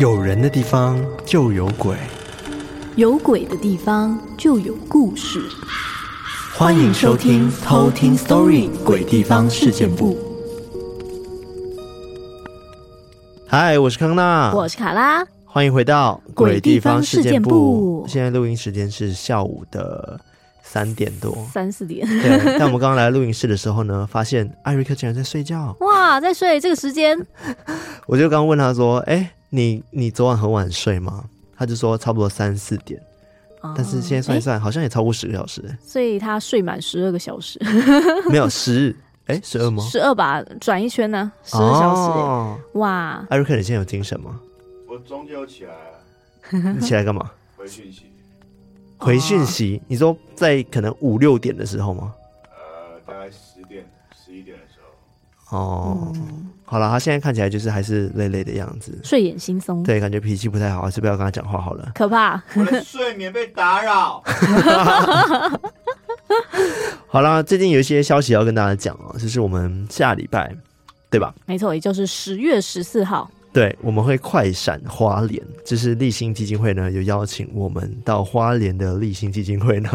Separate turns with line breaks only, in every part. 有人的地方就有鬼，
有鬼的地方就有故事。
欢迎收听《偷听 Story 鬼地方事件部》。嗨，我是康娜，
我是卡拉，
欢迎回到《
鬼地方事件部。
现在录音时间是下午的三点多
三四点。
对， 但我们刚刚来录音室的时候呢，发现艾瑞克竟然在睡觉。
哇，在睡这个时间，
我就刚问他说：“哎、你你昨晚很晚睡吗？”他就说差不多三四点，但是现在算一
哦
算，好像也超过十个小时，
诶所以他睡满十二个小时，
没有十，哎，十二吗？
十二吧，转一圈呢、十二小时、诶
哦
哇，
艾瑞克，你现在有精神吗？
我中间有起来了，
你起来干嘛？
回讯息，
回讯息？你说在可能五六点的时候吗？
呃，大概十点、十一点的时候，
哦，好了，他现在看起来就是还是累累的样子，
睡眼惺忪，
对，感觉脾气不太好，还是不要跟他讲话好了。
可怕。
我的睡眠被打扰。
好啦，最近有一些消息要跟大家讲哦，就是我们下礼拜，对吧？
没错，也就是十月十四号，
对，我们会快闪花莲，就是立新基金会呢有邀请我们到花莲的立新基金会呢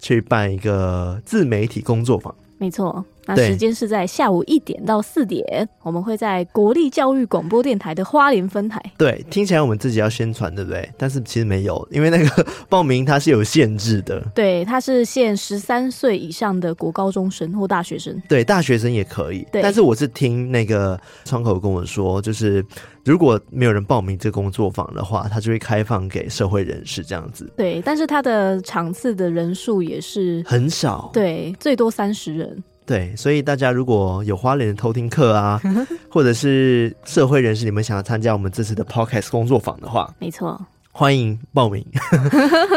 去办一个自媒体工作坊。
没错。那
对
时间是在下午一点到四点，我们会在国立教育广播电台的花莲分台。
对，听起来我们自己要宣传，对不对？但是其实没有，因为那个 报名它是有限制的。
对，它是限十三岁以上的国高中生或大学生。
对，大学生也可以，
对
但是我是听那个窗口跟我说，就是如果没有人报名这工作坊的话，它就会开放给社会人士这样子，
对，但是它的场次的人数也是
很少。
对，最多三十人。
对，所以大家如果有花莲的偷听课 啊，或者是社会人士，你们想要参加我们这次的 podcast 工作坊的话，
没错，
欢迎报 名。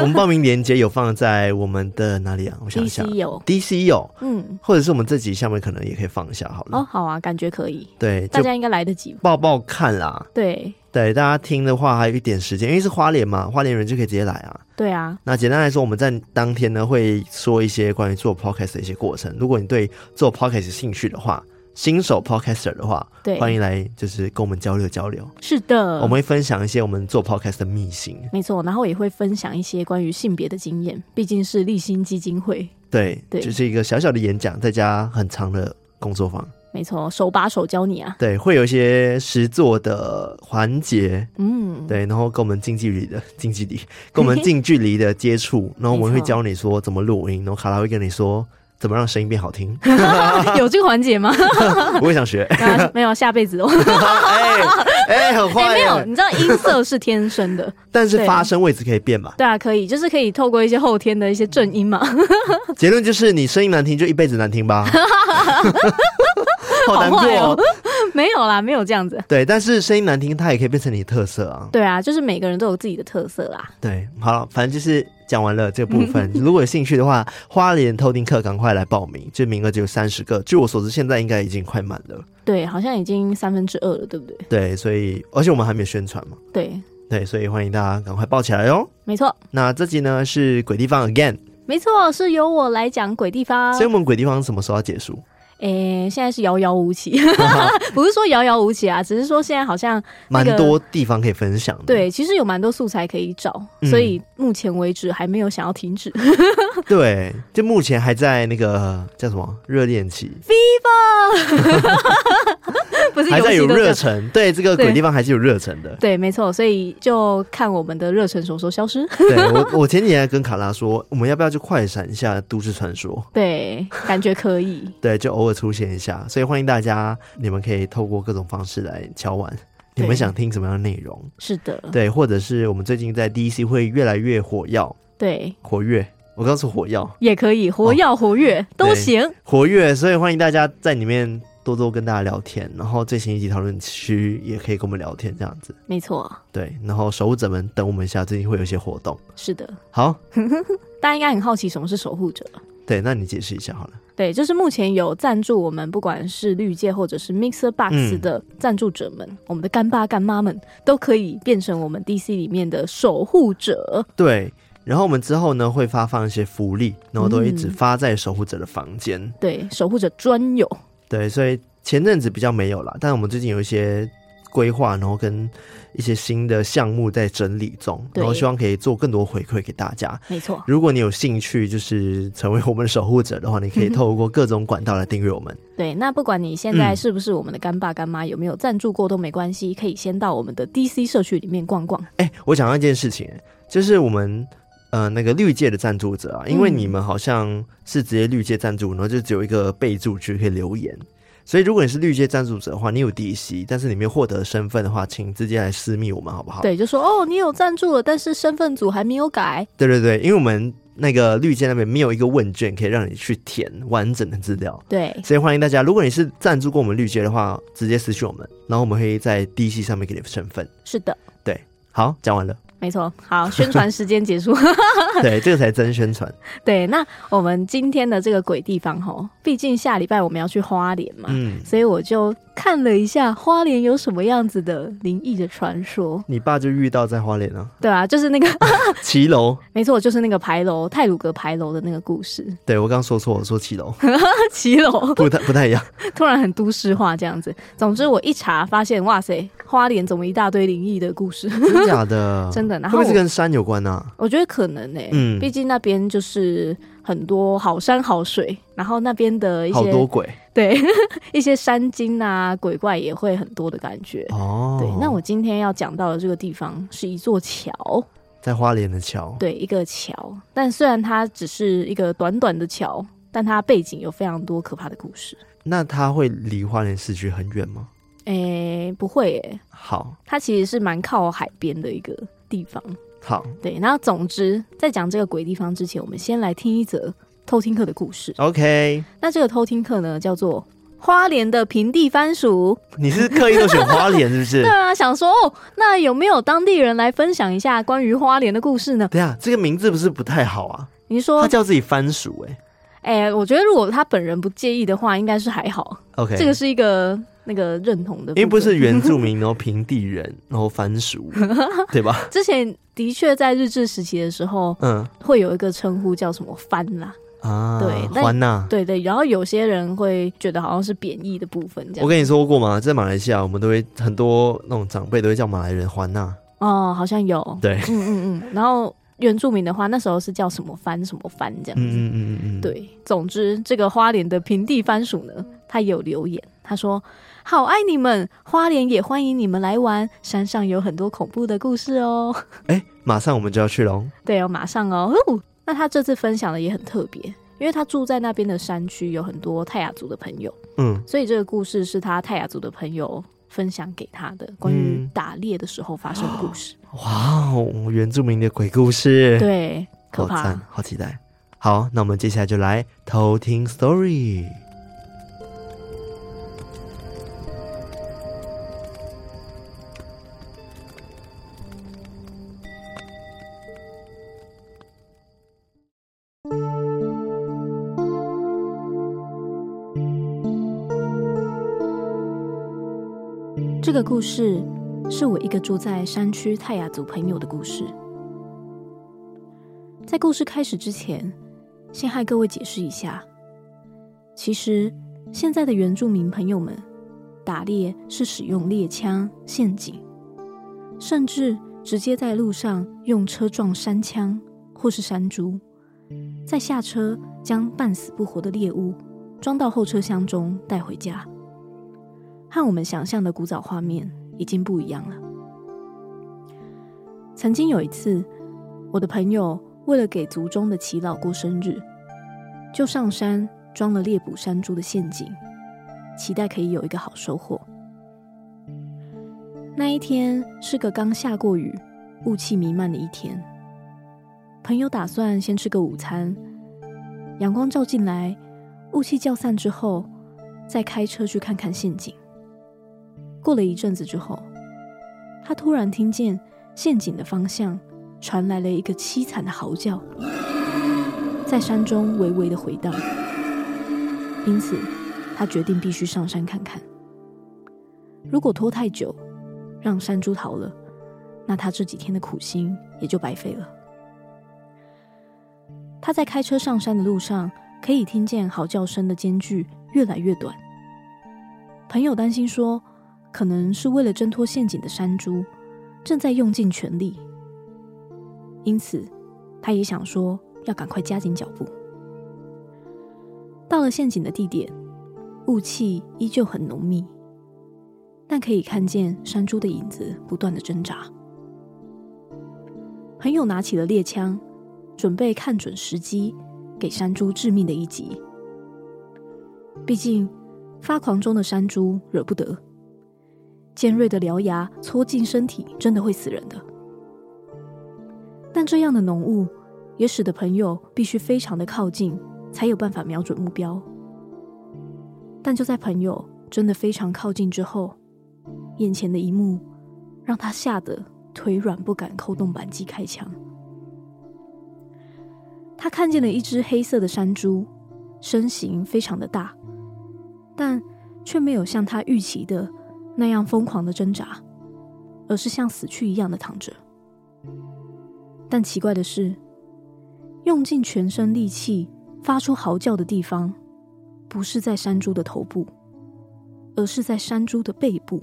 我们报名链接有放在我们的哪里啊？我想一
DC
想
有，
，DC 有，
嗯，
或者是我们这集下面可能也可以放一下好了。
哦，好啊，感觉可以，
对，嗯
大
就
家应该来得及吧？
报报看啦。
对，
对，大家听的话还有一点时间，因为是花莲嘛，花莲人就可以直接来啊。
对啊，
那简单来说，我们在当天呢会说一些关于做 podcast 的一些过程。如果你对做 podcast 有兴趣的话，新手 podcaster 的话，
对，嗯
欢迎来，就是跟我们交流交流。
是的，
我们会分享一些我们做 podcast 的秘辛。
没错，然后也会分享一些关于性别的经验，毕竟是立新基金会，
对，
对
就是一个小小的演讲，再加很长的工作坊。
没错，手把手教你啊，
对，会有一些实作的环节。
嗯，
对，然后跟我们近距离的 近距离，跟我们近距离的接 触，然后我们
没
会
错
教你说怎么录音，然后卡拉会跟你说怎么让声音变好 听。
有这个环 节吗？
我也想 学，
那没有，下 辈子哦。
哎哎，很
哎、
坏
没有，
耶，
你知道音色是天生的，
但是
对
发声位置可以变嘛？
对啊，可以，就是可以透过一些后天的一些正音嘛，
结论就是你声音难听就一辈子难听 吧。好难过
好坏
哦、
哦 没有啦，没有这样子。
对，但是声音难听，它也可以变成你的特色啊。
对啊，就是每个人都有自己的特色啦。
对，好了，反正就是讲完了这个部 分。如果有兴趣的话，花莲偷听课赶快来报名，这名额只有三十个。据我所知，现在应该已经快满了。
对，好像已经三分之二了，对不对？
对，所以而且我们还没有宣传嘛，
对，
对，所以欢迎大家赶快报起来哟。
没错，
那这集呢是鬼地方 again，、
没错，是由我来讲鬼地方
所以。我们鬼地方什么时候要结束？
诶、现在是遥遥无期，
啊
不是说遥遥无期啊，只是说现在好像那
蛮
个
多地方可以分享的。
对，其实有蛮多素材可以找，
嗯
所以目前为止还没有想要停止。
对，就目前还在那个叫什么热恋期，
不是
还
游
在
戏
有
都这
热
样。
忱。对，这个
对
鬼地方还是有热忱的。
对，没错，所以就看我们的热忱什么时候消失。
对我，我前几天还跟卡拉说，我们要不要去快闪一下都市传说？
对，感觉可以。
对，就偶尔出现一下，所以欢迎大家，你们可以透过各种方式来敲碗，你们
对
想听什么样的内容？
是的，
对，或者是我们最近在 DC 会越来越火药
对，
活跃，我刚说火药
也可以，活跃活跃都
哦嗯对
行。
活跃，所以欢迎大家在里面多多跟大家聊天，然后最新一集讨论区也可以跟我们聊天这样子。
没错，
对，然后守护者们等我们一下，最近会有一些活动。
是的，
好，
大家应该很好奇什么是守护者。
对，那你解释一下好了。
对，就是目前有赞助我们，不管是绿界或者是 Mixer
嗯
Box 的赞助者们，我们的干爸干妈们都可以变成我们 DC 里面的守护者。
对，然后我们之后呢会发放一些福利，然后都一直
嗯
发在守护者的房间。
对，守护者专有。
对，所以前阵子比较没有啦，但我们最近有一些规划，然后跟一些新的项目在整理中，
对
然后希望可以做更多回馈给大家。
没错，
如果你有兴趣，就是成为我们的守护者的话，你可 以透过各种管道来订阅我们。
对。那不管你现在
嗯
是不是我们的干爸干妈，有没有赞助过都没关系，可以先到我们的 DC 社区里面逛逛。
哎、我讲到一件事情，就是我们呃那个绿界的赞助者啊，因为
嗯
你们好像是直接绿界赞助，然后就只有一个备注区可以留言。所以，如果你是绿界赞助者的话，你有 DC，但是你没有获得身份的话，请直接来私密我们，好不好？
对，就说哦，你有赞助了，但是身份组还没有改。
对对对，因为我们那个绿界那边没有一个问卷可以让你去填完整的资料，
对，
所以欢迎大家，如果你是赞助过我们绿界的话，直接私讯我们，然后我们会在 DC 上面给你身份。
是的，
好，讲 完了，
没错。好，宣传时间结束。
对，这个才真宣传。
对，那我们今天的这个鬼地方吼，毕竟下礼拜我们要去花莲嘛，
嗯，
所以我就看了一下花莲有什么样子的灵异的传说。
你爸就遇到在花莲啊，
对啊，就是那个，
骑楼。
没错，就是那个牌楼泰鲁阁牌楼的那个故事，
对我刚说错，我说骑楼，
骑楼
不太不太一样。
突然很都市化这样子。总之我一查发现，哇塞，花莲怎么一大堆灵异的故事？
真假的？啊
真的然后
会不会是
我
跟山有关啊？
我觉得可能呢、欸
嗯
毕竟那边就是很多好山好水，然后那边的一
好多
些
鬼
对 一些山精啊鬼怪也会很多的感觉。
哦。
对，那我今天要讲到的这个地方是一座桥，
在花莲的桥，
对，一个桥。但虽然它只是一个短短的桥，但它背景有非常多可怕的故事。
那它会离花莲市区很远吗？
诶、不会、诶，
好，
它其实是蛮靠海边的一个地方。
好
对，那总之，在讲这个鬼地方之前，我们先来听一则偷听课的故事。
，OK。
那这个偷听课呢，叫做花莲的平地番薯。
你是刻意都选花莲是不是
对？啊，想说哦，那有没有当地人来分享一下关于花莲的故事呢？
等一下，这个名字不是不太好啊？
你
他
说，
叫自己番薯哎、
哎、我觉得如果他本人不介意的话，应该是还好。
OK，
这个是一个那个认同的部分，
因为不是原住民，然后平地人，然后番 薯，对吧？
之前的确在日治时期的时候，
嗯
会有一个称呼叫什么“番”啦，
啊，
对但
欢娜。
对对，然后有些人会觉得好像是贬义的部分
我
这样。
跟你说过吗？在马来西亚，我们都会很多那种长辈都会叫马来人欢娜，
哦，好像有，
对，
嗯嗯嗯。然后原住民的话，那时候是叫什么“番”什么“番”这样子。
嗯嗯嗯嗯，嗯，
对，总之这个花莲的平地番薯呢，他有留言，他说：“好爱你们，花莲也欢迎你们来玩，山上有很多恐怖的故事哦。
哎、马上我们就要去喽。”
对哦，马上哦。 哦那他这次分享的也很特别，因为他住在那边的山区，有很多泰雅族的朋友，
嗯，
所以这个故事是他泰雅族的朋友分享给他的关于
嗯
打猎的时候发生的故事。
哇哦，原住民的鬼故事，，
对，可
好
怕
赞。，好期待。好，那我们接下来就来偷听 story。
这个故事是我一个住在山区泰雅族朋友的故事。在故事开始之前，先和各位解释一下，其实现在的原住民朋友们打猎是使用猎枪、陷阱，甚至直接在路上用车撞山枪或是山猪，再下车将半死不活的猎物装到后车厢中带回家。和我们想象的古早画面已经不一样了。曾经有一次，我的朋友为了给族中的耆老过生日，就上山装了猎捕山猪的陷阱，期待可以有一个好收获。那一天是个刚下过雨、雾气弥漫的一天。朋友打算先吃个午餐，阳光照进来，雾气较散之后，再开车去看看陷阱。过了一阵子之后，他突然听见陷阱的方向传来了一个凄惨的嚎叫，在山中微微的回荡。因此，他决定必须上山看看。如果拖太久，让山猪逃了，那他这几天的苦心也就白费了。他在开车上山的路上，可以听见嚎叫声的间距越来越短。朋友担心说，可能是为了挣脱陷阱的山猪，正在用尽全力，因此他也想说要赶快加紧脚步。到了陷阱的地点，雾气依旧很浓密，但可以看见山猪的影子不断的挣扎。朋友拿起了猎枪，准备看准时机，给山猪致命的一击。毕竟，发狂中的山猪惹不得，尖锐的獠牙戳进身体，真的会死人的。但这样的浓雾也使得朋友必须非常的靠近，才有办法瞄准目标。但就在朋友真的非常靠近之后，眼前的一幕让他吓得腿软，不敢扣动扳机开枪。他看见了一只黑色的山猪，身形非常的大，但却没有像他预期的那样疯狂的挣扎，而是像死去一样的躺着。但奇怪的是，用尽全身力气发出嚎叫的地方，不是在山猪的头部，而是在山猪的背部，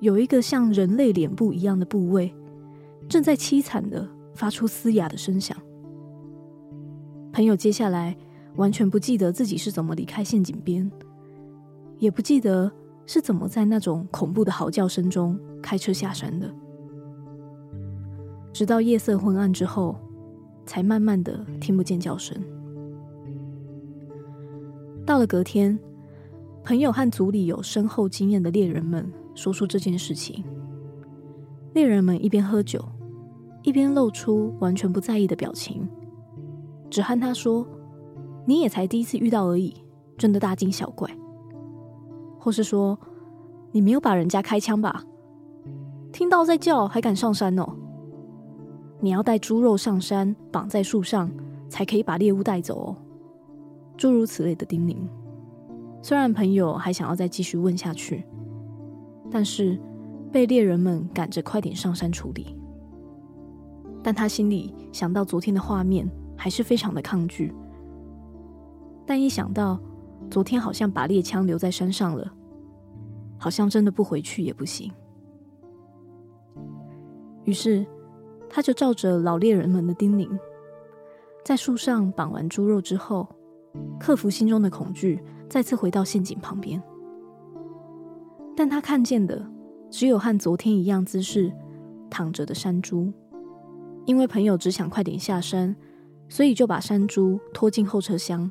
有一个像人类脸部一样的部位，正在凄惨的发出嘶哑的声响。朋友接下来完全不记得自己是怎么离开陷阱边，也不记得是怎么在那种恐怖的嚎叫声中开车下山的。直到夜色昏暗之后，才慢慢的听不见叫声。到了隔天，朋友和组里有深厚经验的猎人们说出这件事情。猎人们一边喝酒，一边露出完全不在意的表情，只和他说：“你也才第一次遇到而已，真的大惊小怪。”或是说：“你没有把人家开枪吧？听到在叫还敢上山哦？”你要带猪肉上山，绑在树上，才可以把猎物带走哦。诸如此类的叮咛。虽然朋友还想要再继续问下去，但是被猎人们赶着快点上山处理。但他心里想到昨天的画面，还是非常的抗拒。但一想到昨天好像把猎枪留在山上了，好像真的不回去也不行。于是他就照着老猎人们的叮咛，在树上绑完猪肉之后，克服心中的恐惧，再次回到陷阱旁边。但他看见的只有和昨天一样姿势躺着的山猪，因为朋友只想快点下山，所以就把山猪拖进后车厢，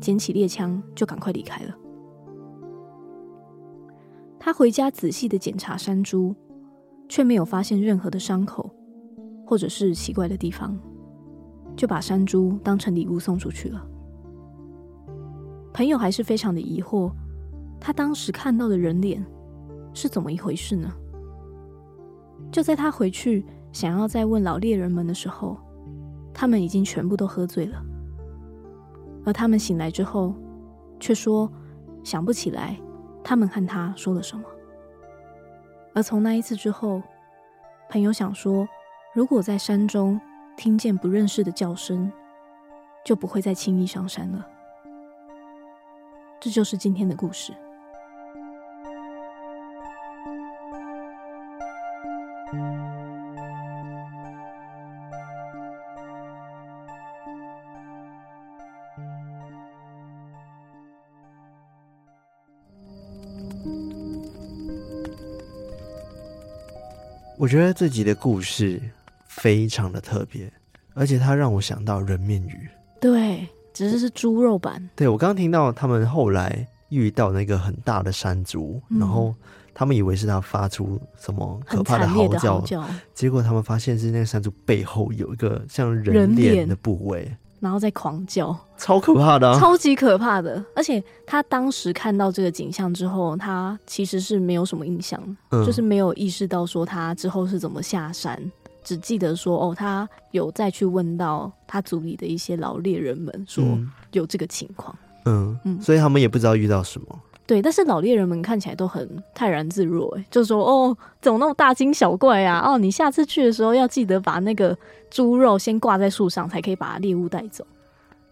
捡起猎枪就赶快离开了。他回家仔细的检查山猪，却没有发现任何的伤口。或者是奇怪的地方，就把山猪当成礼物送出去了。朋友还是非常的疑惑，他当时看到的人脸是怎么一回事呢？就在他回去想要再问老猎人们的时候，他们已经全部都喝醉了，而他们醒来之后，却说想不起来他们和他说了什么。而从那一次之后，朋友想说，如果在山中听见不认识的叫声，就不会再轻易上山了。这就是今天的故事。
我觉得这集的故事非常的特别，而且它让我想到人面鱼。
对，只是是猪肉版，
对我刚刚听到他们后来遇到那个很大的山猪，
嗯
然后他们以为是它发出什么可
很
怕的
惨烈
嚎
的
叫，
嚎叫，
结果他们发现是那个山猪背后有一个像人
人
脸
脸
的部位，
然后再狂叫，
超可怕的、啊。
超级可怕的。而且他当时看到这个景象之后，他其实是没有什么印象，
嗯
就是没有意识到说他之后是怎么下山，只记得说哦，他有再去问到他组里的一些老猎人们说
嗯
有这个情况。
嗯
嗯
所以他们也不知道遇到什么。
对，但是老猎人们看起来都很泰然自若、欸，就说哦，怎么那么大惊小怪啊？哦，你下次去的时候要记得把那个猪肉先挂在树上，才可以把猎物带走。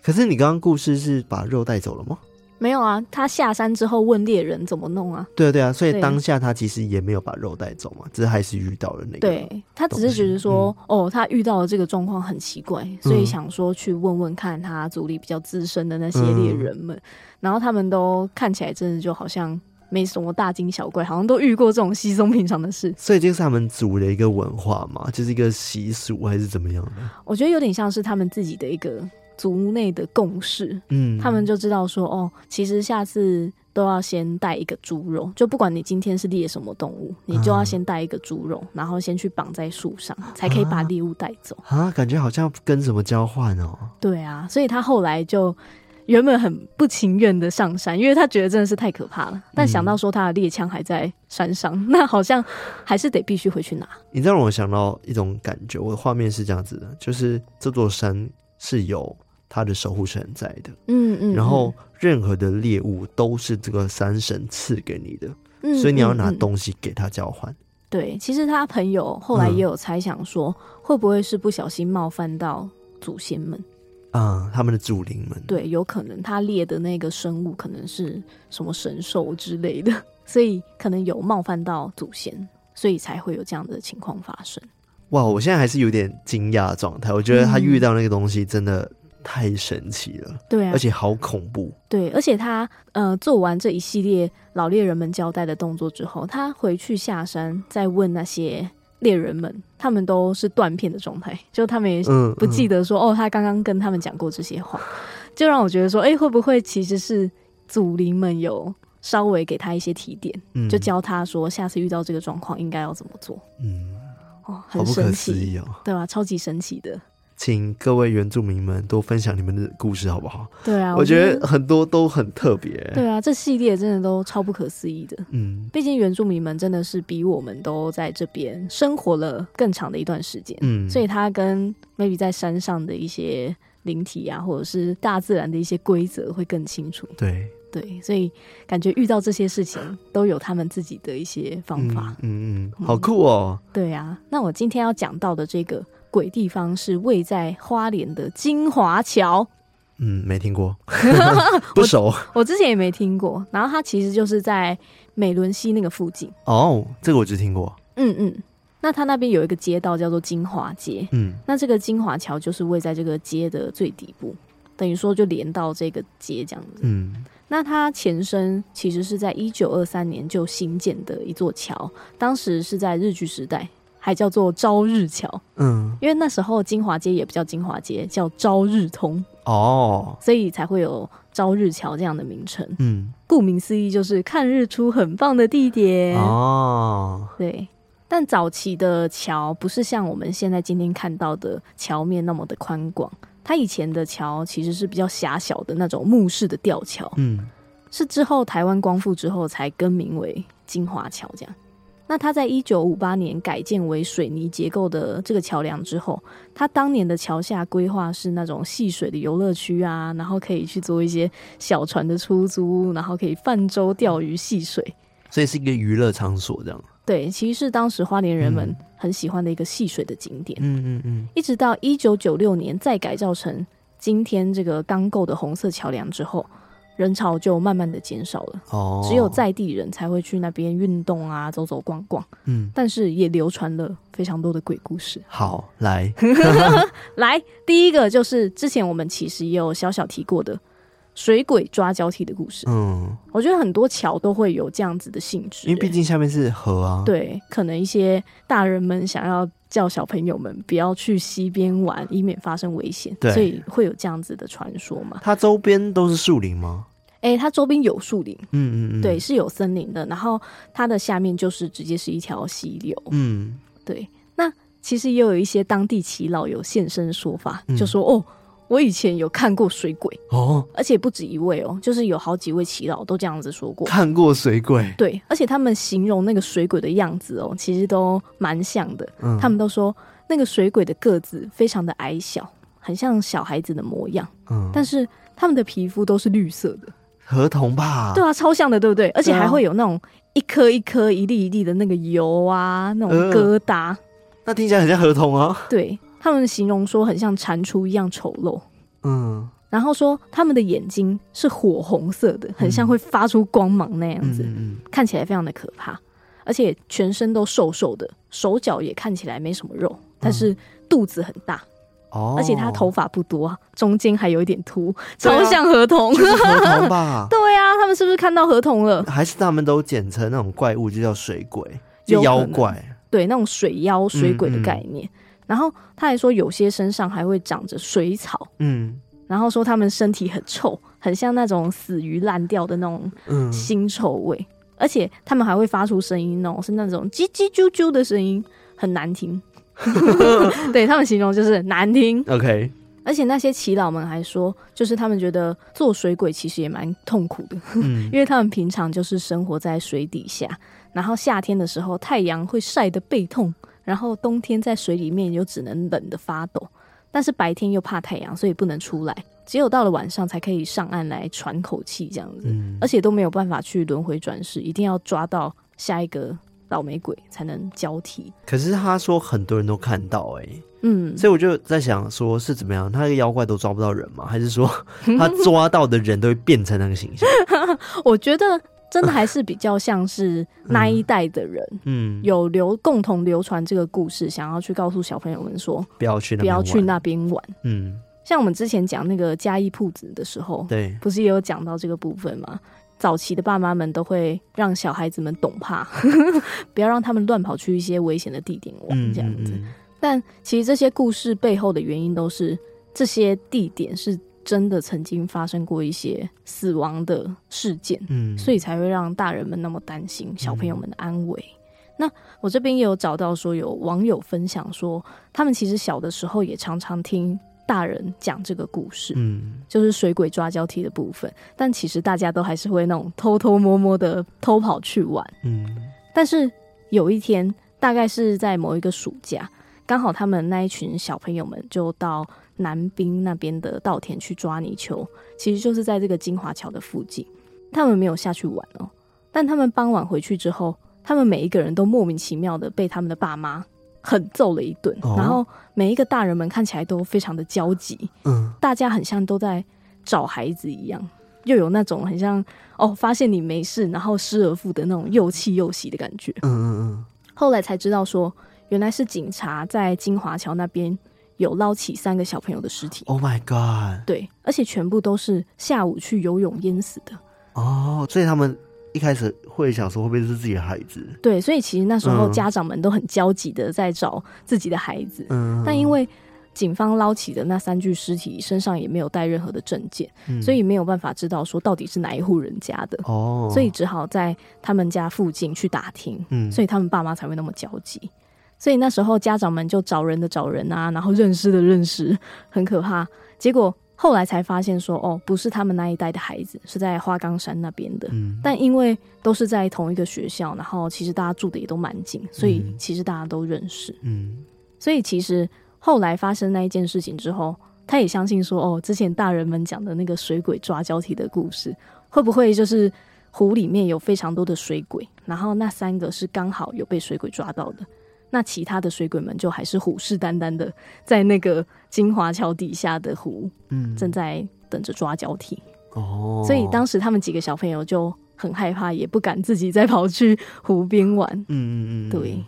可是你刚刚故事是把肉带走了吗？
没有啊，他下山之后问猎人怎么弄啊？
对啊对啊，所以
对
当下他其实也没有把肉带走嘛，只是还是遇到了那个。
对他只是觉得说，哦，他遇到的这个状况很奇怪，所以想说去问问看他组里比较资深的那些猎人们，然后他们都看起来真的就好像没什么大惊小怪，好像都遇过这种稀松平常的事。
所以这个是他们族的一个文化嘛，就是一个习俗还是怎么样的？
我觉得有点像是他们自己的一个族内的共识，
嗯，
他们就知道说，哦，其实下次都要先带一个猪肉，就不管你今天是猎什么动物，你就要先带一个猪肉，然后先去绑在树上，才可以把猎物带走。
啊，感觉好像跟什么交换哦。
对啊，所以他后来就原本很不情愿的上山，因为他觉得真的是太可怕了。但想到说他的猎枪还在山上， 那好像还是得必须回去拿。
你这让我想到一种感觉，我的画面是这样子的，就是这座山是有它的守护神在的，
嗯嗯，
然后任何的猎物都是这个山神赐给你的，
嗯，
所以你要拿
嗯嗯
东西给他交换。
对，其实他朋友后来也有猜想说，
嗯
会不会是不小心冒犯到祖先们？嗯
啊、他们的主灵们，
对，有可能他猎的那个生物可能是什么神兽之类的， 所以可能有冒犯到祖先，所以才会有这样的情况发生。
哇，我现在还是有点惊讶的状态。我觉得
嗯
他遇到那个东西真的太神奇了，
对啊
而，且好恐怖。
对，而且他呃做完这一系列老猎人们交代的动作之后，他回去下山再问那些猎人们，他们都是断片的状态，就他们也
嗯，
不记
得、
得说、哦，他刚刚跟他们讲过这些话，就让我觉得说，哎、会不会其实是祖灵们有稍微给他一些提点，
嗯
就教他说下次遇到这个状况应该要怎么做，
嗯，
哦，
好
很
不可
神
思
奇，
议哦！
对啊？超级神奇的，
请各位原住民们多分享你们的故事好不好？
对啊，
我觉得。很多都很特别、
对啊，这系列真的都超不可思议的。
嗯
毕竟原住民们真的是比我们都在这边生活了更长的一段时间，
嗯，
所以他跟 maybe 在山上的一些灵体啊，或者是大自然的一些规则会更清楚。
对
对，所以感觉遇到这些事情都有他们自己的一些方法。
嗯嗯嗯，
嗯
好酷哦！
对啊，那我今天要讲到的这个鬼地方是位在花莲的金华桥，
嗯，没听 过，不熟
我之前也没听过。然后它其实就是在美伦溪那个附近。
哦，这个我只听过。
嗯嗯，那它那边有一个街道叫做金华街，
嗯
那这个金华桥就是位在这个街的最底部，等于说就连到这个街这样子。
嗯
那它前身其实是在一九二三年就新建的一座桥，当时是在日据时代，还叫做朝日桥，
嗯，
因为那时候金华街也不叫金华街，叫朝日通，
哦，
所以才会有朝日桥这样的名称。
嗯
顾名思义，就是看日出很棒的地点。
哦，
对，但早期的桥不是像我们现在今天看到的桥面那么的宽广，它以前的桥其实是比较狭小的那种木式的吊桥。
嗯
是之后台湾光复之后才更名为金华桥这样。那它在一九五八年改建为水泥结构的这个桥梁之后，它当年的桥下规划是那种戏水的游乐区啊，然后可以去做一些小船的出租，然后可以泛舟、钓鱼、戏水。
所以是一个娱乐场所这样。
对，其实是当时花莲人们
嗯
很喜欢的一个戏水的景点。
嗯嗯嗯，
一直到一九九六年再改造成今天这个钢构的红色桥梁之后，人潮就慢慢的减少了。
哦，
只有在地人才会去那边运动啊，走走逛逛，
嗯
但是也流传了非常多的鬼故事。
好 来，
来，第一个就是之前我们其实也有小小提过的水鬼抓交替的故事。
嗯，
我觉得很多桥都会有这样子的性质、
因为毕竟下面是河啊。
欸，对，可能一些大人们想要叫小朋友们不要去溪边玩，以免发生危险，
对
所以会有这样子的传说嘛。
它周边都是树林吗？
诶、它周边有树林，
嗯嗯嗯，
对，，是有森林的，然后它的下面就是直接是一条溪流，
嗯
对，那其实也有一些当地耆老有现身说法，
嗯
就说哦，我以前有看过水鬼，
哦，
而且不止一位哦，就是有好几位耆老都这样子说过。
看过水鬼，
对，而且他们形容那个水鬼的样子哦，其实都蛮像的。
嗯，
他们都说那个水鬼的个子非常的矮小，很像小孩子的模样，
嗯，
但是他们的皮肤都是绿色的。
河童吧，
对啊，超像的，对不对？而且
对啊
还会有那种一颗一颗、一粒一粒的那个油啊，那种
嗯
疙瘩。
那听起来很像河童啊。
对他们形容说很像蟾蜍一样丑陋，
嗯
然然后说他们的眼睛是火红色的，很像会发出光芒那样子，
嗯
看起来非常的可怕，而且全身都瘦瘦的，手脚也看起来没什么肉，但
嗯
是肚子很大，
哦，
而且他头发不多啊，中间还有一点秃，
对啊
超像河童。？
就是河童吧
对啊，他们是不是看到河童了？
还是他们都简称那种怪物就叫水鬼，就
有可
妖
能
怪。
对，那种水妖、水鬼
嗯
的
嗯
概念。然后他还说，有些身上还会长着水草，
嗯
然后说他们身体很臭，很像那种死鱼烂掉的那种
嗯，
腥臭味，而且他们还会发出声音哦，是那种叽叽啾啾的声音，很难听。 对他们形容就是难听，
OK，
而且那些耆老们还说，就是他们觉得做水鬼其实也蛮痛苦的，
嗯
因为他们平常就是生活在水底下，然后夏天的时候太阳会晒得背痛，然后冬天在水里面又只能冷得发抖，但是白天又怕太阳，所以不能出来，只有到了晚上才可以上岸来喘口气这样子。
嗯
而且都没有办法去轮回转世，一定要抓到下一个倒霉鬼才能交替。
可是他说很多人都看到哎、
嗯，
所以我就在想说是怎么样，他那个妖怪都抓不到人吗？还是 说他抓到的人都会变成那个形象？
我觉得真的还是比较像是那一代的人、
嗯，
有流共同流传这个故事，想要去告诉小朋友们说
不要去那，
不要去，那边玩。
嗯，
像我们之前讲那个嘉义铺子的时候，
对，
不是也有讲到这个部分吗？早期的爸妈们都会让小孩子们懂怕， 不要让他们乱跑去一些危险的地点玩，
嗯
这样子。
嗯嗯
但其实这些故事背后的原因都是这些地点是真的曾经发生过一些死亡的事件，
嗯，
所以才会让大人们那么担心小朋友们的安危。那我这边也有找到说，有网友分享说，他们其实小的时候也常常听大人讲这个故事，
嗯，
就是水鬼抓交替的部分。但其实大家都还是会那种偷偷摸摸的偷跑去玩。
嗯
但是有一天，大概是在某一个暑假，刚好他们那一群小朋友们就到南滨那边的稻田去抓泥鳅，其实就是在这个金华桥的附近。他们没有下去玩哦，但他们傍晚回去之后，他们每一个人都莫名其妙的被他们的爸妈狠揍了一顿，
哦
然后每一个大人们看起来都非常的焦急，
嗯，
大家很像都在找孩子一样，又有那种很像哦，发现你没事，然后失而复得那种又气又喜的感觉。
嗯嗯
后来才知道说，原来是警察在金华桥那边有捞起三个小朋友的尸体，
，Oh my God，
对，而且全部都是下午去游泳淹死的。
哦，所以他们一开始会想说会不会是自己的孩子？
对，所以其实那时候
嗯
家长们都很焦急的在找自己的孩子，
嗯，
但因为警方捞起的那三具尸体身上也没有带任何的证件，
嗯
所以没有办法知道说到底是哪一户人家的。
哦，
所以只好在他们家附近去打听，
嗯，
所以他们爸妈才会那么焦急。所以那时候家长们就找人的找人啊，然后认识的认识，很可怕。结果后来才发现说，哦，不是他们那一代的孩子，是在花岗山那边的。
嗯，
但因为都是在同一个学校，然后其实大家住的也都蛮近，所以
嗯
其实大家都认识。
嗯
所以其实后来发生那一件事情之后，他也相信说，哦，之前大人们讲的那个水鬼抓交替的故事，会不会就是湖里面有非常多的水鬼，然后那三个是刚好有被水鬼抓到的，那其他的水鬼们就还是虎视眈眈的在那个金华桥底下的湖
嗯，
正在等着抓交替，
哦，
所以当时他们几个小朋友就很害怕，也不敢自己再跑去湖边玩，
嗯嗯嗯，
对，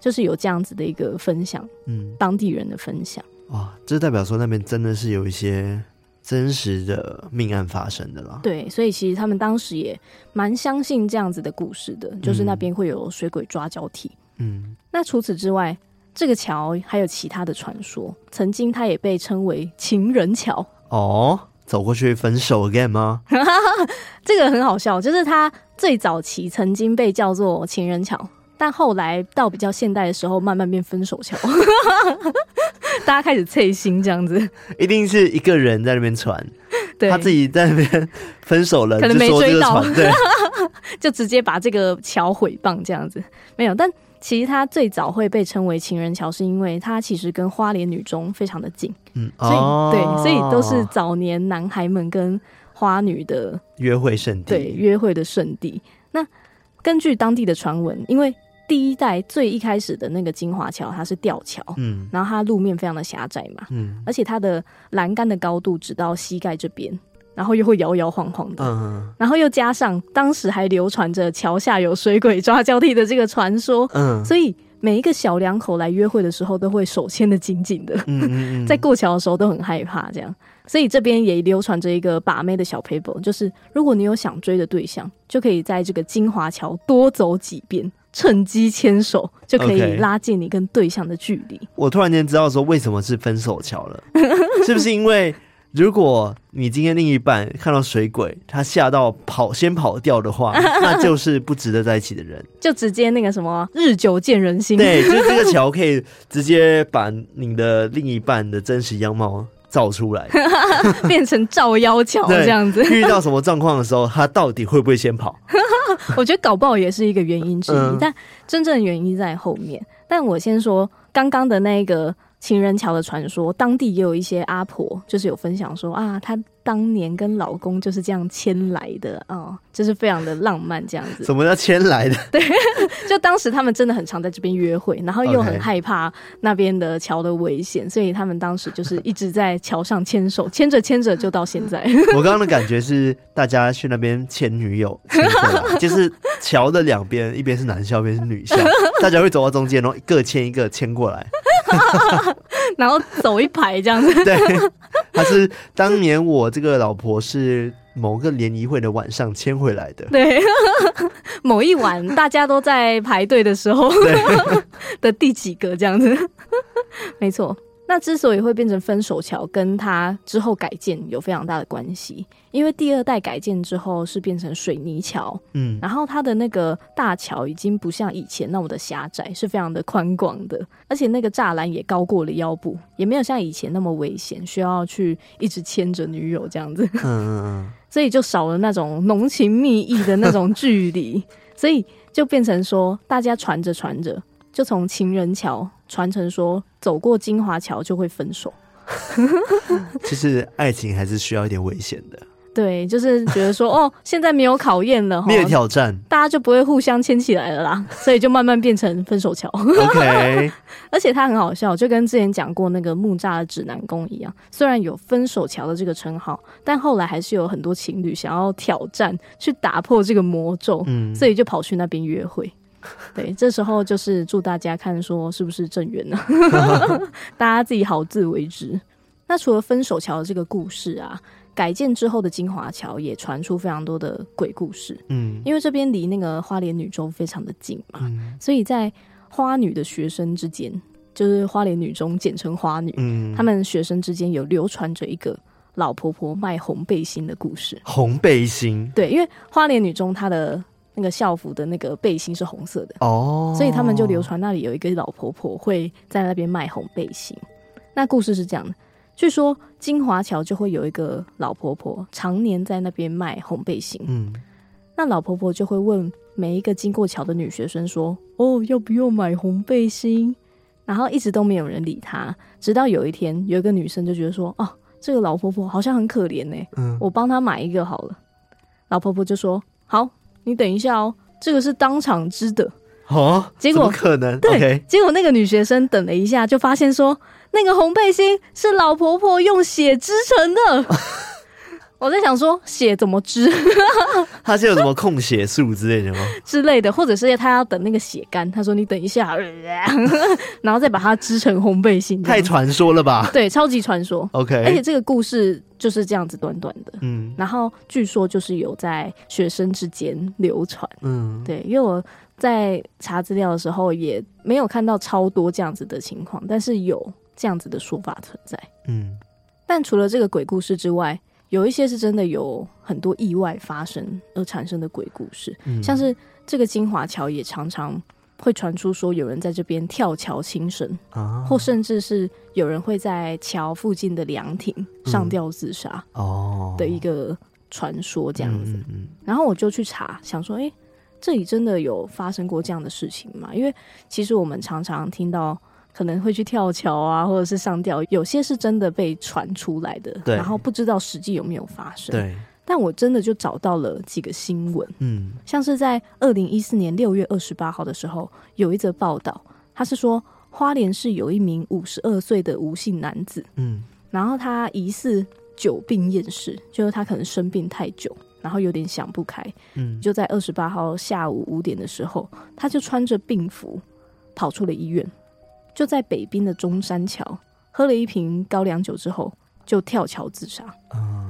就是有这样子的一个分享，
嗯。
当地人的分享。
哇，这代表说那边真的是有一些真实的命案发生的啦。，
对，所以其实他们当时也蛮相信这样子的故事的，就是那边会有水鬼抓交替。
嗯，
那除此之外，这个桥还有其他的传说，曾经它也被称为情人桥。
哦，走过去分手 again 吗？
这个很好笑，就是它最早期曾经被叫做情人桥，但后来到比较现代的时候，慢慢变分手桥， 大家开始脆心这样子。
一定是一个人在那边传，
对，
他自己在那边 分手了，
可能没
就说这个
追到
船对，
就直接把这个桥毁谤这样子，没有。但其实它最早会被称为情人桥，是因为它其实跟花莲女中非常的近，
嗯，
所以、
哦，
对，所以都是早年男孩们跟花女的
约会圣地。
对，约会的圣地。那根据当地的传闻，因为第一代最一开始的那个金华桥，它是吊桥，
嗯
然后它路面非常的狭窄嘛，
嗯
而且它的栏杆的高度只到膝盖这边，然后又会摇摇晃晃的。
嗯
然后又加上当时还流传着桥下有水鬼抓交替的这个传说，
嗯，
所以每一个小两口来约会的时候都会手牵得紧紧的，
嗯嗯嗯
在过桥的时候都很害怕这样。所以这边也流传着一个把妹的小 paper，就是如果你有想追的对象，就可以在这个金华桥多走几遍，趁机牵手，就可以
OK
拉近你跟对象的距离。
我突然间知道说为什么是分手桥 了，是不是因为如果你今天另一半看到水鬼，他吓到跑先跑掉的 话，那就是不值得在一起的人。
就直接那个什么日久见人心，
对，就是这个桥可以直接把你的另一半的真实样貌照出 来，
变成照妖桥
对
这样子。
遇到什么状况的时候，他到底会不会先跑？
我觉得搞不好也是一个原因之一，
嗯
但真正的原因在后面。但我先说刚刚的那个情人桥的传说，当地也有一些阿婆，就是有分享说啊，她当年跟老公就是这样牵来的哦，就是非常的浪漫这样 子。
什么叫先来的？
就当时他们真的很常在这边约会，然后又
OK
很害怕那边的桥的危险，所以他们当时就是一直在桥上牵手，牵着牵着就到现在。
我刚刚的感觉是大家去那边牵女友，牵过 来就是桥的两边，一边是男校，一边是女校，大家会走到中间，然后各牵一个牵过来。
然后走一排这样子。
对，他是当年我这个老婆是某个联谊会的晚上牵回来 的。
对，某一晚大家都在排队的时候 的第几个这样子， 没错。那之所以会变成分手桥，跟它之后改建有非常大的关系，因为第二代改建之后是变成水泥桥，
嗯，
然后它的那个大桥已经不像以前那么的狭窄，是非常的宽广的，而且那个栅栏也高过了腰部，也没有像以前那么危险，需要去一直牵着女友这样子。
嗯嗯
所以就少了那种浓情蜜意的那种距离， 所以就变成说，大家传着传着，就从情人桥传成说，走过金华桥就会分手。
嗯，就是爱情还是需要一点危险的，
对，就是觉得 说，哦，现在没有考验了，哈
没有挑战。
大家就不会互相牵起来了啦，所以就慢慢变成分手桥。
OK，
而且它很好笑，就跟之前讲过那个木栅的指南宫一样，虽然有分手桥的这个称号，但后来还是有很多情侣想要挑战去打破这个魔咒，
嗯，
所以就跑去那边约会。对，这时候就是祝大家看说是不是正缘呢、大家自己好自为之。那除了分手桥的这个故事啊，改建之后的金华桥也传出非常多的鬼故事，
嗯
因为这边离那个花莲女中非常的近嘛，
嗯
所以在花女的学生之间，就是花莲女中简称花女，
嗯，
他们学生之间有流传着一个老婆婆卖红背心的故事。
红背心
对，因为花莲女中她的那个校服的那个背心是红色的，
哦，
所以他们就流传那里有一个老婆婆会在那边卖红背心。那故事是这样的，据说金华桥就会有一个老婆婆常年在那边卖红背心，
嗯
那老婆婆就会问每一个经过桥的女学生说：“哦，要不要买红背心？”然后一直都没有人理她，直到有一天，有一个女生就觉得说：“哦，这个老婆婆好像很可怜呢、
嗯
我帮她买一个好了。”老婆婆就说：“好，你等一下哦，这个是当场织的。
哦，
结果
怎么可能
对
OK，
结果那个女学生等了一下，就发现说那个红背心是老婆婆用血织成的。 我在想说血怎么织
他是有什么控血术之类的吗？
之类的，或者是她要等那个血干，她说你等一下， 然后再把它织成红背心这样。
太传哎说了吧
对，超级传说。嗯而且
？OK，
这个故事就是这样子短短的，
嗯
然后据说就是有在学生之间流传。
嗯，
对，因为我在查资料的时候也没有看到超多这样子的情况，但是有这样子的说法存在。
嗯
但除了这个鬼故事之外，有一些是真的有很多意外发生而产生的鬼故事，
嗯，
像是这个金华桥也常常会传出说有人在这边跳桥轻生，
啊
或甚至是有人会在桥附近的凉亭上吊自杀
嗯哦
的一个传说这样子。
嗯嗯
然后我就去查，想说，诶，这里真的有发生过这样的事情吗？因为其实我们常常听到可能会去跳桥啊，或者是上吊，有些是真的被传出来的，
对
然后不知道实际有没有发生。
对，
但我真的就找到了几个新闻，
嗯，
像是在二零一四年六月二十八号的时候，有一则报道，他是说花莲市有一名五十二岁的无姓男子，
嗯，
然后他疑似久病厌世，就是他可能生病太久，然后有点想不开，
嗯，
就在二十八号下午五点的时候，他就穿着病服跑出了医院，就在北滨的中山桥喝了一瓶高粱酒之后，就跳桥自杀。
啊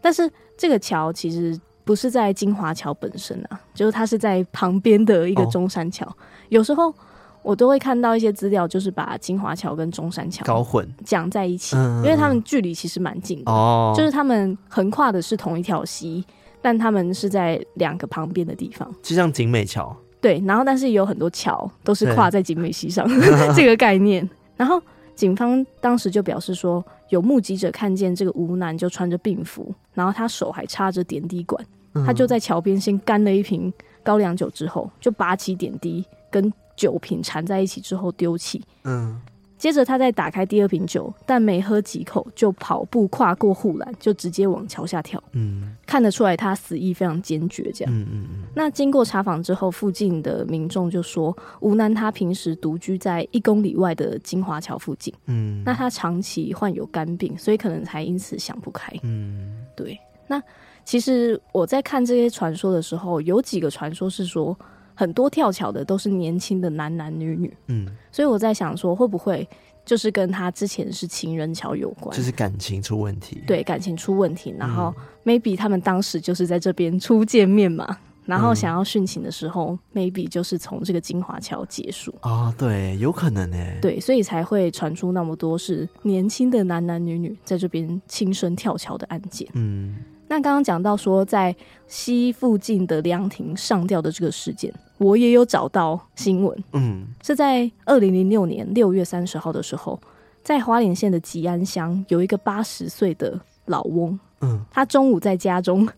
但是这个桥其实不是在金华桥本身啊，就是它是在旁边的一个
哦
中山桥。有时候我都会看到一些资料，就是把金华桥跟中山桥
搞混
讲在一起，
嗯嗯
因为他们距离其实蛮近的。
哦，
就是他们横跨的是同一条溪，但他们是在两个旁边的地方。
就像景美桥，
对，然后但是也有很多桥都是
对
跨在景美溪 上这个概念。然后警方当时就表示说，有目击者看见这个吴男就穿着病服，然后他手还插着点滴管，
嗯
他就在桥边先干了一瓶高粱酒，之后就拔起点滴跟酒瓶缠在一起之后丢弃。
嗯
接着他再打开第二瓶酒，但没喝几口就跑步跨过护栏，就直接往桥下跳。
嗯
看得出来他死意非常坚决。这
嗯
样，
嗯嗯，
那经过查访之后，附近的民众就说，吴楠他平时独居在一公里外的金华桥附近，
嗯，
那他长期患有肝病，所以可能才因此想不开。
嗯
对，那其实我在看这些传说的时候，有几个传说是说，很多跳桥的都是年轻的男男女女，
嗯，
所以我在想说，会不会就是跟他之前是情人桥有关？
就是嗯感情出问题，，
对感情出问题，然后 maybe 他们当时就是在这边初见面嘛，然
嗯
后想要殉情的时候、m a y b e 就是从这个金华桥结束，
哦，对，有可能欸呢，
对，所以才会传出那么多是年轻的男男女女在这边亲身跳桥的案件。
嗯
那刚刚讲到说，在西附近的凉亭上吊的这个事件，我也有找到新闻，
嗯
是在二零零六年六月三十号的时候，在花莲县的吉安乡有一个八十岁的老翁。
嗯，
他中午在家中，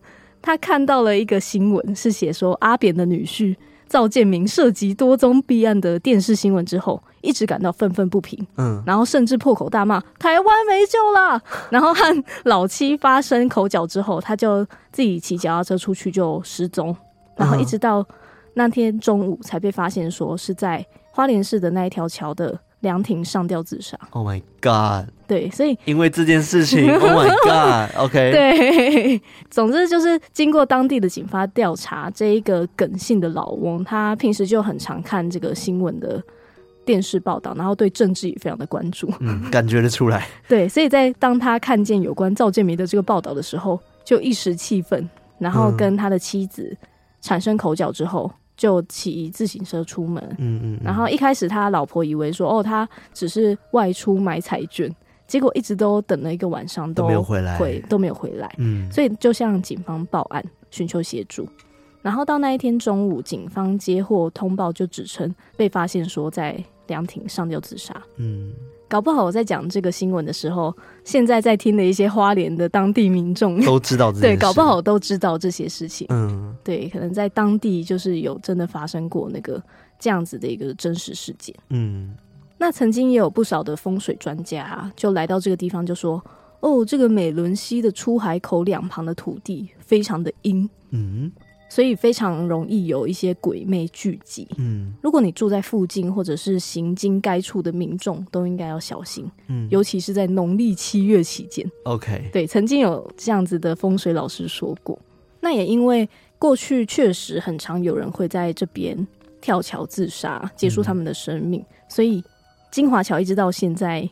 他看到了一个新闻，是写说阿扁的女婿赵建明涉及多宗弊案的电视新闻之后，一直感到愤愤不平，
嗯，
然后甚至破口大骂台湾没救啦。 然后和老七发生口角之后，他就自己骑脚踏车出去就失踪，然后一直到那天中午才被发现说是在花莲市的那一条桥的凉亭上吊自杀。
Oh my God！
对，所以
因为这件事 情，Oh my God！OK，、
对， 总之就是经过当地的警方调查，这一个耿姓的老翁，他平时就很常看这个新闻的电视报道，然后对政治也非常的关注。
嗯，感觉得出来，
对，所以在当他看见有关赵建明的这个报道的时候，就一时气愤，然后跟他的妻子产生口角之后，就骑自行车出门，
嗯嗯，嗯
然后一开始他老婆以为说，哦，他只是外出买彩券，结果一直都等了一个晚上
都没有回来，
回都没有回来，
嗯
所以就向警方报案寻求协助。然后到那一天中午，警方接获通报，就指称被发现说在凉亭上吊自杀。
嗯，
搞不好我在讲这个新闻的时候，现在在听的一些花莲的当地民众，
都知道这件
对，
事，
搞不好，都知道这些事情。
嗯
对，可能在当地就是有真的发生过那个这样子的一个真实事件。
嗯
那曾经也有不少的风水专家啊、就来到这个地方，就说：“哦，这个美伦溪的出海口两旁的土地非常的阴，
嗯
所以非常容易有一些鬼魅聚集。
嗯
如果你住在附近或者是行经该处的民众，都应该要小心，
嗯，
尤其是在农历七月期间。
OK，
对，曾经有这样子的风水老师说过。那也因为过去确实很常有人会在这边跳桥自杀，结束他们的生命，所以金华桥一直到现在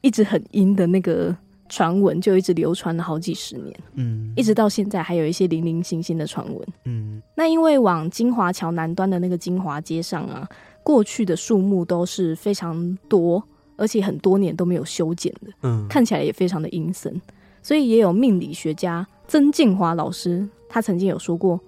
一直很阴的那个传闻，就一直流传了好几十年，
嗯
一直到现在还有一些零零星星的传闻。
嗯
那因为往金华桥南端的那个金华街上啊，过去的树木都是非常多，而且很多年都没有修剪的。
嗯，
看起来也非常的阴森，所以也有命理学家曾静华老师，他曾经有说过，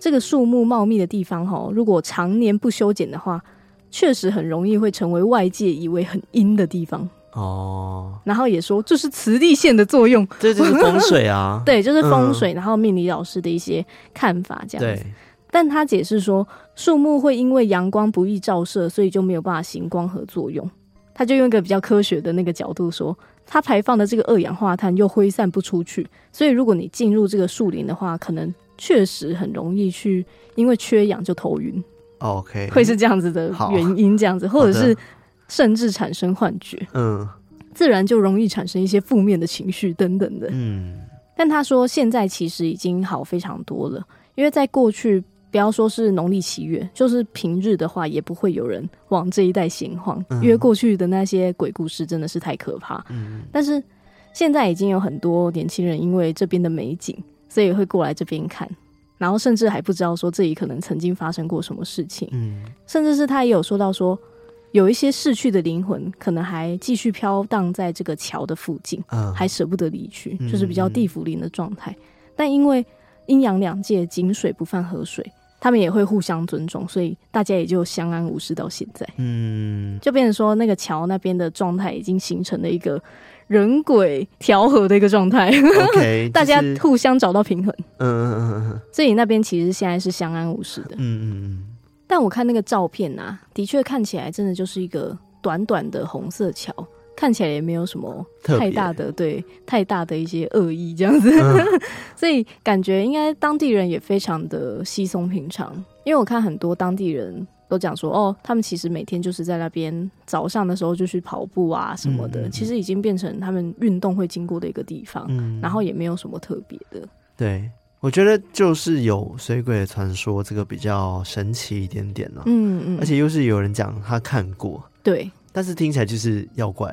这个树木茂密的地方哈，如果常年不修剪的话，确实很容易会成为外界以为很阴的地方。
哦，
然后也说这是磁力线的作用，，
这就是风水啊
对，就是风水，然后命理老师的一些看法这样子。
对，
但他解释说，树木会因为阳光不易照射，所以就没有办法行光合作用。他就用一个比较科学的那个角度说，它排放的这个二氧化碳又挥散不出去，所以如果你进入这个树林的话，可能确实很容易去因为缺氧就头晕，
OK，
会是这样子的
嗯好
原因，这样子，
好
或者
的
是甚至产生幻觉，
嗯
自然就容易产生一些负面的情绪等等的。
嗯
但他说现在其实已经好非常多了，因为在过去，不要说是农历七月，就是平日的话，也不会有人往这一带闲晃，
嗯
因为过去的那些鬼故事真的是太可怕。
嗯，
但是现在已经有很多年轻人因为这边的美景，所以会过来这边看。然后甚至还不知道说这里可能曾经发生过什么事情，
嗯
甚至是他也有说到说，有一些逝去的灵魂可能还继续飘荡在这个桥的附近。
嗯，
还舍不得离去，
嗯
就是比较地府灵的状态。但因为阴阳两界井水不犯河水，他们也会互相尊重，所以大家也就相安无事到现在。
嗯
就变成说，那个桥那边的状态已经形成了一个人鬼调和的一个状态，
OK，
大家
就是
互相找到平衡。
嗯嗯嗯嗯
所以那边其实现在是相安无事的。
嗯
但我看那个照片啊，的确看起来真的就是一个短短的红色桥，看起来也没有什么
特别嗯
太大的对太大的一些恶意这样子， 所以感觉应该当地人也非常的稀松平常。因为我看很多当地人都讲说，哦，他们其实每天就是在那边早上的时候就去跑步啊什么
嗯
的，
嗯嗯
其实已经变成他们运动会经过的一个地方，
嗯，
然后也没有什么特别的。
对。我觉得就是有水鬼的传说，这个比较神奇一点点了、
嗯嗯，
而且又是有人讲他看过，
对，
但是听起来就是妖怪，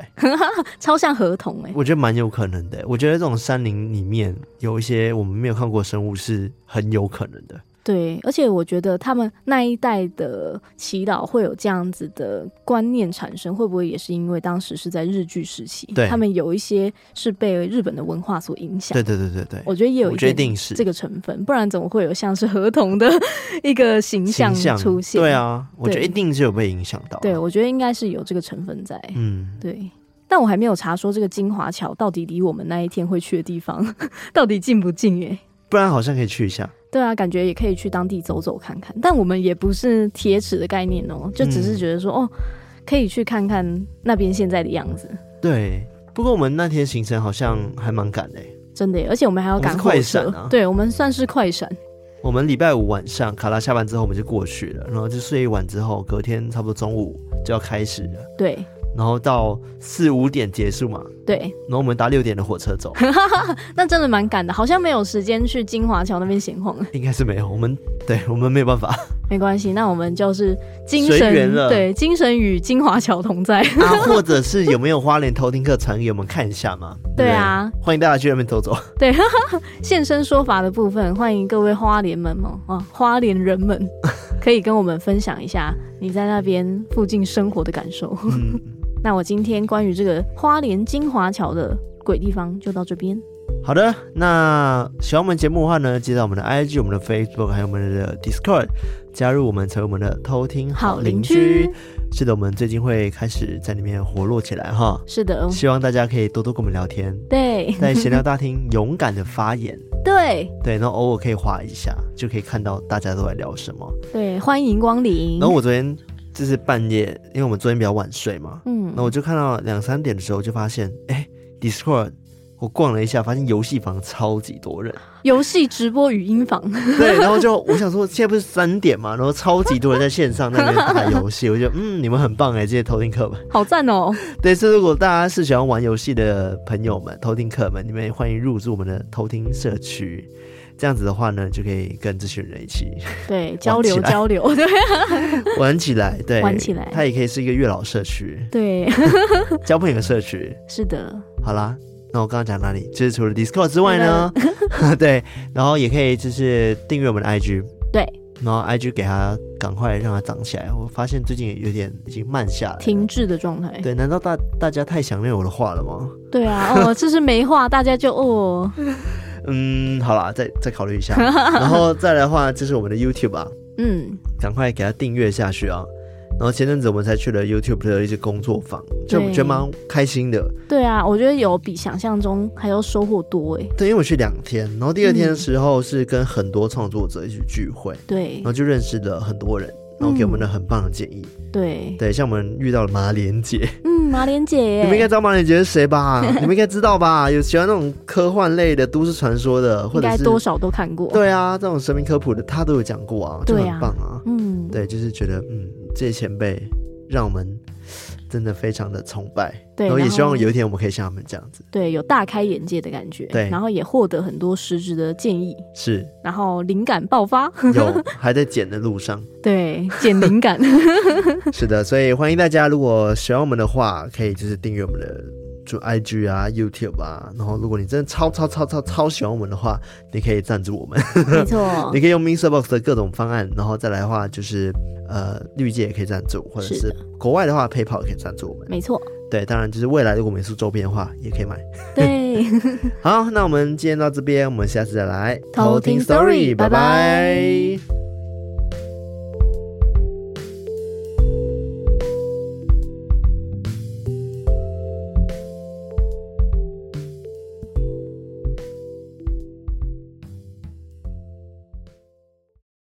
超像合同哎、
我觉得蛮有可能的。欸我觉得这种山林里面有一些我们没有看过的生物是很有可能的。
对，而且我觉得他们那一代的祈祷会有这样子的观念产生，会不会也是因为当时是在日据时期
对，
他们有一些是被日本的文化所影响
对。对对对对，
我觉得也有
我
一
觉得一
点
定是
这个成分，不然怎么会有像是合同的 一个形象
形象
出现？
对，啊，我觉得
对
一定是有被影响到。啊
对，，我觉得应该是有这个成分在。
嗯，
对，但我还没有查说这个金华桥到底离我们那一天会去的地方 到底近不近、欸？
不然好像可以去一下。
对啊，感觉也可以去当地走走看看，但我们也不是铁齿的概念哦，就
嗯
只是觉得说、哦，可以去看看那边现在的样子，
对，不过我们那天行程好像还蛮赶的欸。
真的耶，而且我们还要赶
我
火
们是
车，
快闪啊
对我们算是快闪，
我们礼拜五晚上卡拉下班之后我们就过去了，然后就睡一晚之后，隔天差不多中午就要开始了，
对
然后到四五点结束嘛，
对，
然后我们搭六点的火车 走，
那真的蛮赶的，好像没有时间去金华桥那边闲晃，
应该是没有，我们对我们没有办法，
没关系，那我们就是精
随缘
神
了
对精神与金华桥同在，
啊，或者是有没有花莲偷听课传给我们看一下 嘛？不
对啊，
欢迎大家去那边走走。
现身说法的部分，欢迎各位花莲们哦，啊，花莲 人们可以跟我们分享一下你在那边附近生活的感受。
嗯，
那我今天关于这个花莲金华桥的鬼地方就到这边。
好的，那喜欢我们节目的话呢，记得我们的 IG、我们的 Facebook 还有我们的 Discord，加入我们成为我们的偷听好
好
邻
邻
居。
居，
是的，我们最近会开始在里面活络起来哈，
是的，哦
希望大家可以多多跟我们聊 天，
对
在闲聊大厅勇敢的发言，
对
对，然后偶尔可以划一下，就可以看到大家都在聊什么。
对，欢迎光临
然。后我昨天就是半夜，因为我们昨天比较晚睡嘛，
嗯
然后，我就看到两三点的时候就发现，哎，Discord。我逛了一下，发现游戏房超级多人，
游戏直播语音房，
对，然后就我想说，现在不是三点嘛，然后超级多人在线上在那边打游戏，我觉得嗯，你们很棒哎，这些偷听课吧。
好赞哦！
对，所以如果大家是喜欢玩游戏的朋友们、偷听客们，你们也欢迎入住我们的偷听社区。这样子的话呢，就可以跟这群人一起
对，交流交流，对
玩起来。对，
玩起来
它也可以是一个月老社区、
对，
交朋友的社区。
是的，
好啦，那我刚刚讲哪里？就是除了 Discord 之外呢， 对，然后也可以就是订阅我们的 IG，
对，
然后 IG 给它赶快让它长起来。我发现最近也有点已经慢下来了。
停滞的状态。
对，难道大大家太想念我的话了吗？
对啊，哦，这是没话，大家就哦，
嗯，好啦，再再考虑一 下。然后再来的话，就是我们的 YouTube 啊，
嗯，
赶快给它订阅下去啊。然后前阵子我们才去了 YouTube 的一些工作坊，就我们
对
觉得蛮开心的。
对啊，我觉得有比想象中还要收获多哎。
对，因为我去两天，然后第二天的
嗯
时候是跟很多创作者一起聚会，
对
然后就认
嗯
识了很多人，然后给我们了很棒的建议。
对，嗯
对，像我们遇到了马连杰，
马莲姐耶，
你们应该知道马脸杰是谁 吧？你们应该知道吧？有喜欢那种科幻类的、都市传说的，或
应
者
该
是
多少都看过。，
对啊，这种神明科普的，他都有讲过啊，就
对
很
啊
棒啊。
嗯，
对，就是觉得嗯，这些前辈让我们真的非常的崇拜，
对
然后也
然后
希望有一天我们可以像他们这样子，
对，有大开眼界的感觉。
对
然后也获得很多实质的建议，
是
然后灵感爆发。
有还在剪的路上。
对，减灵感。
是的，所以欢迎大家，如果喜欢我们的话，可以就是订阅我们的就 IG 啊、YouTube 啊。然后，如果你真的超超超超超喜欢我们的话，你可以赞助我们，
没错
你，可以用 Mr. Box 的各种方案，然后再来的话就是呃绿界也可以赞助，或者
是
是
的
国外的话 PayPal 也可以赞助我们。
没错，
对，当然就是未来如果我们出周边的话，也可以买。
对，
好，那我们今天到这边，我们下次再来
偷听 story，拜拜
拜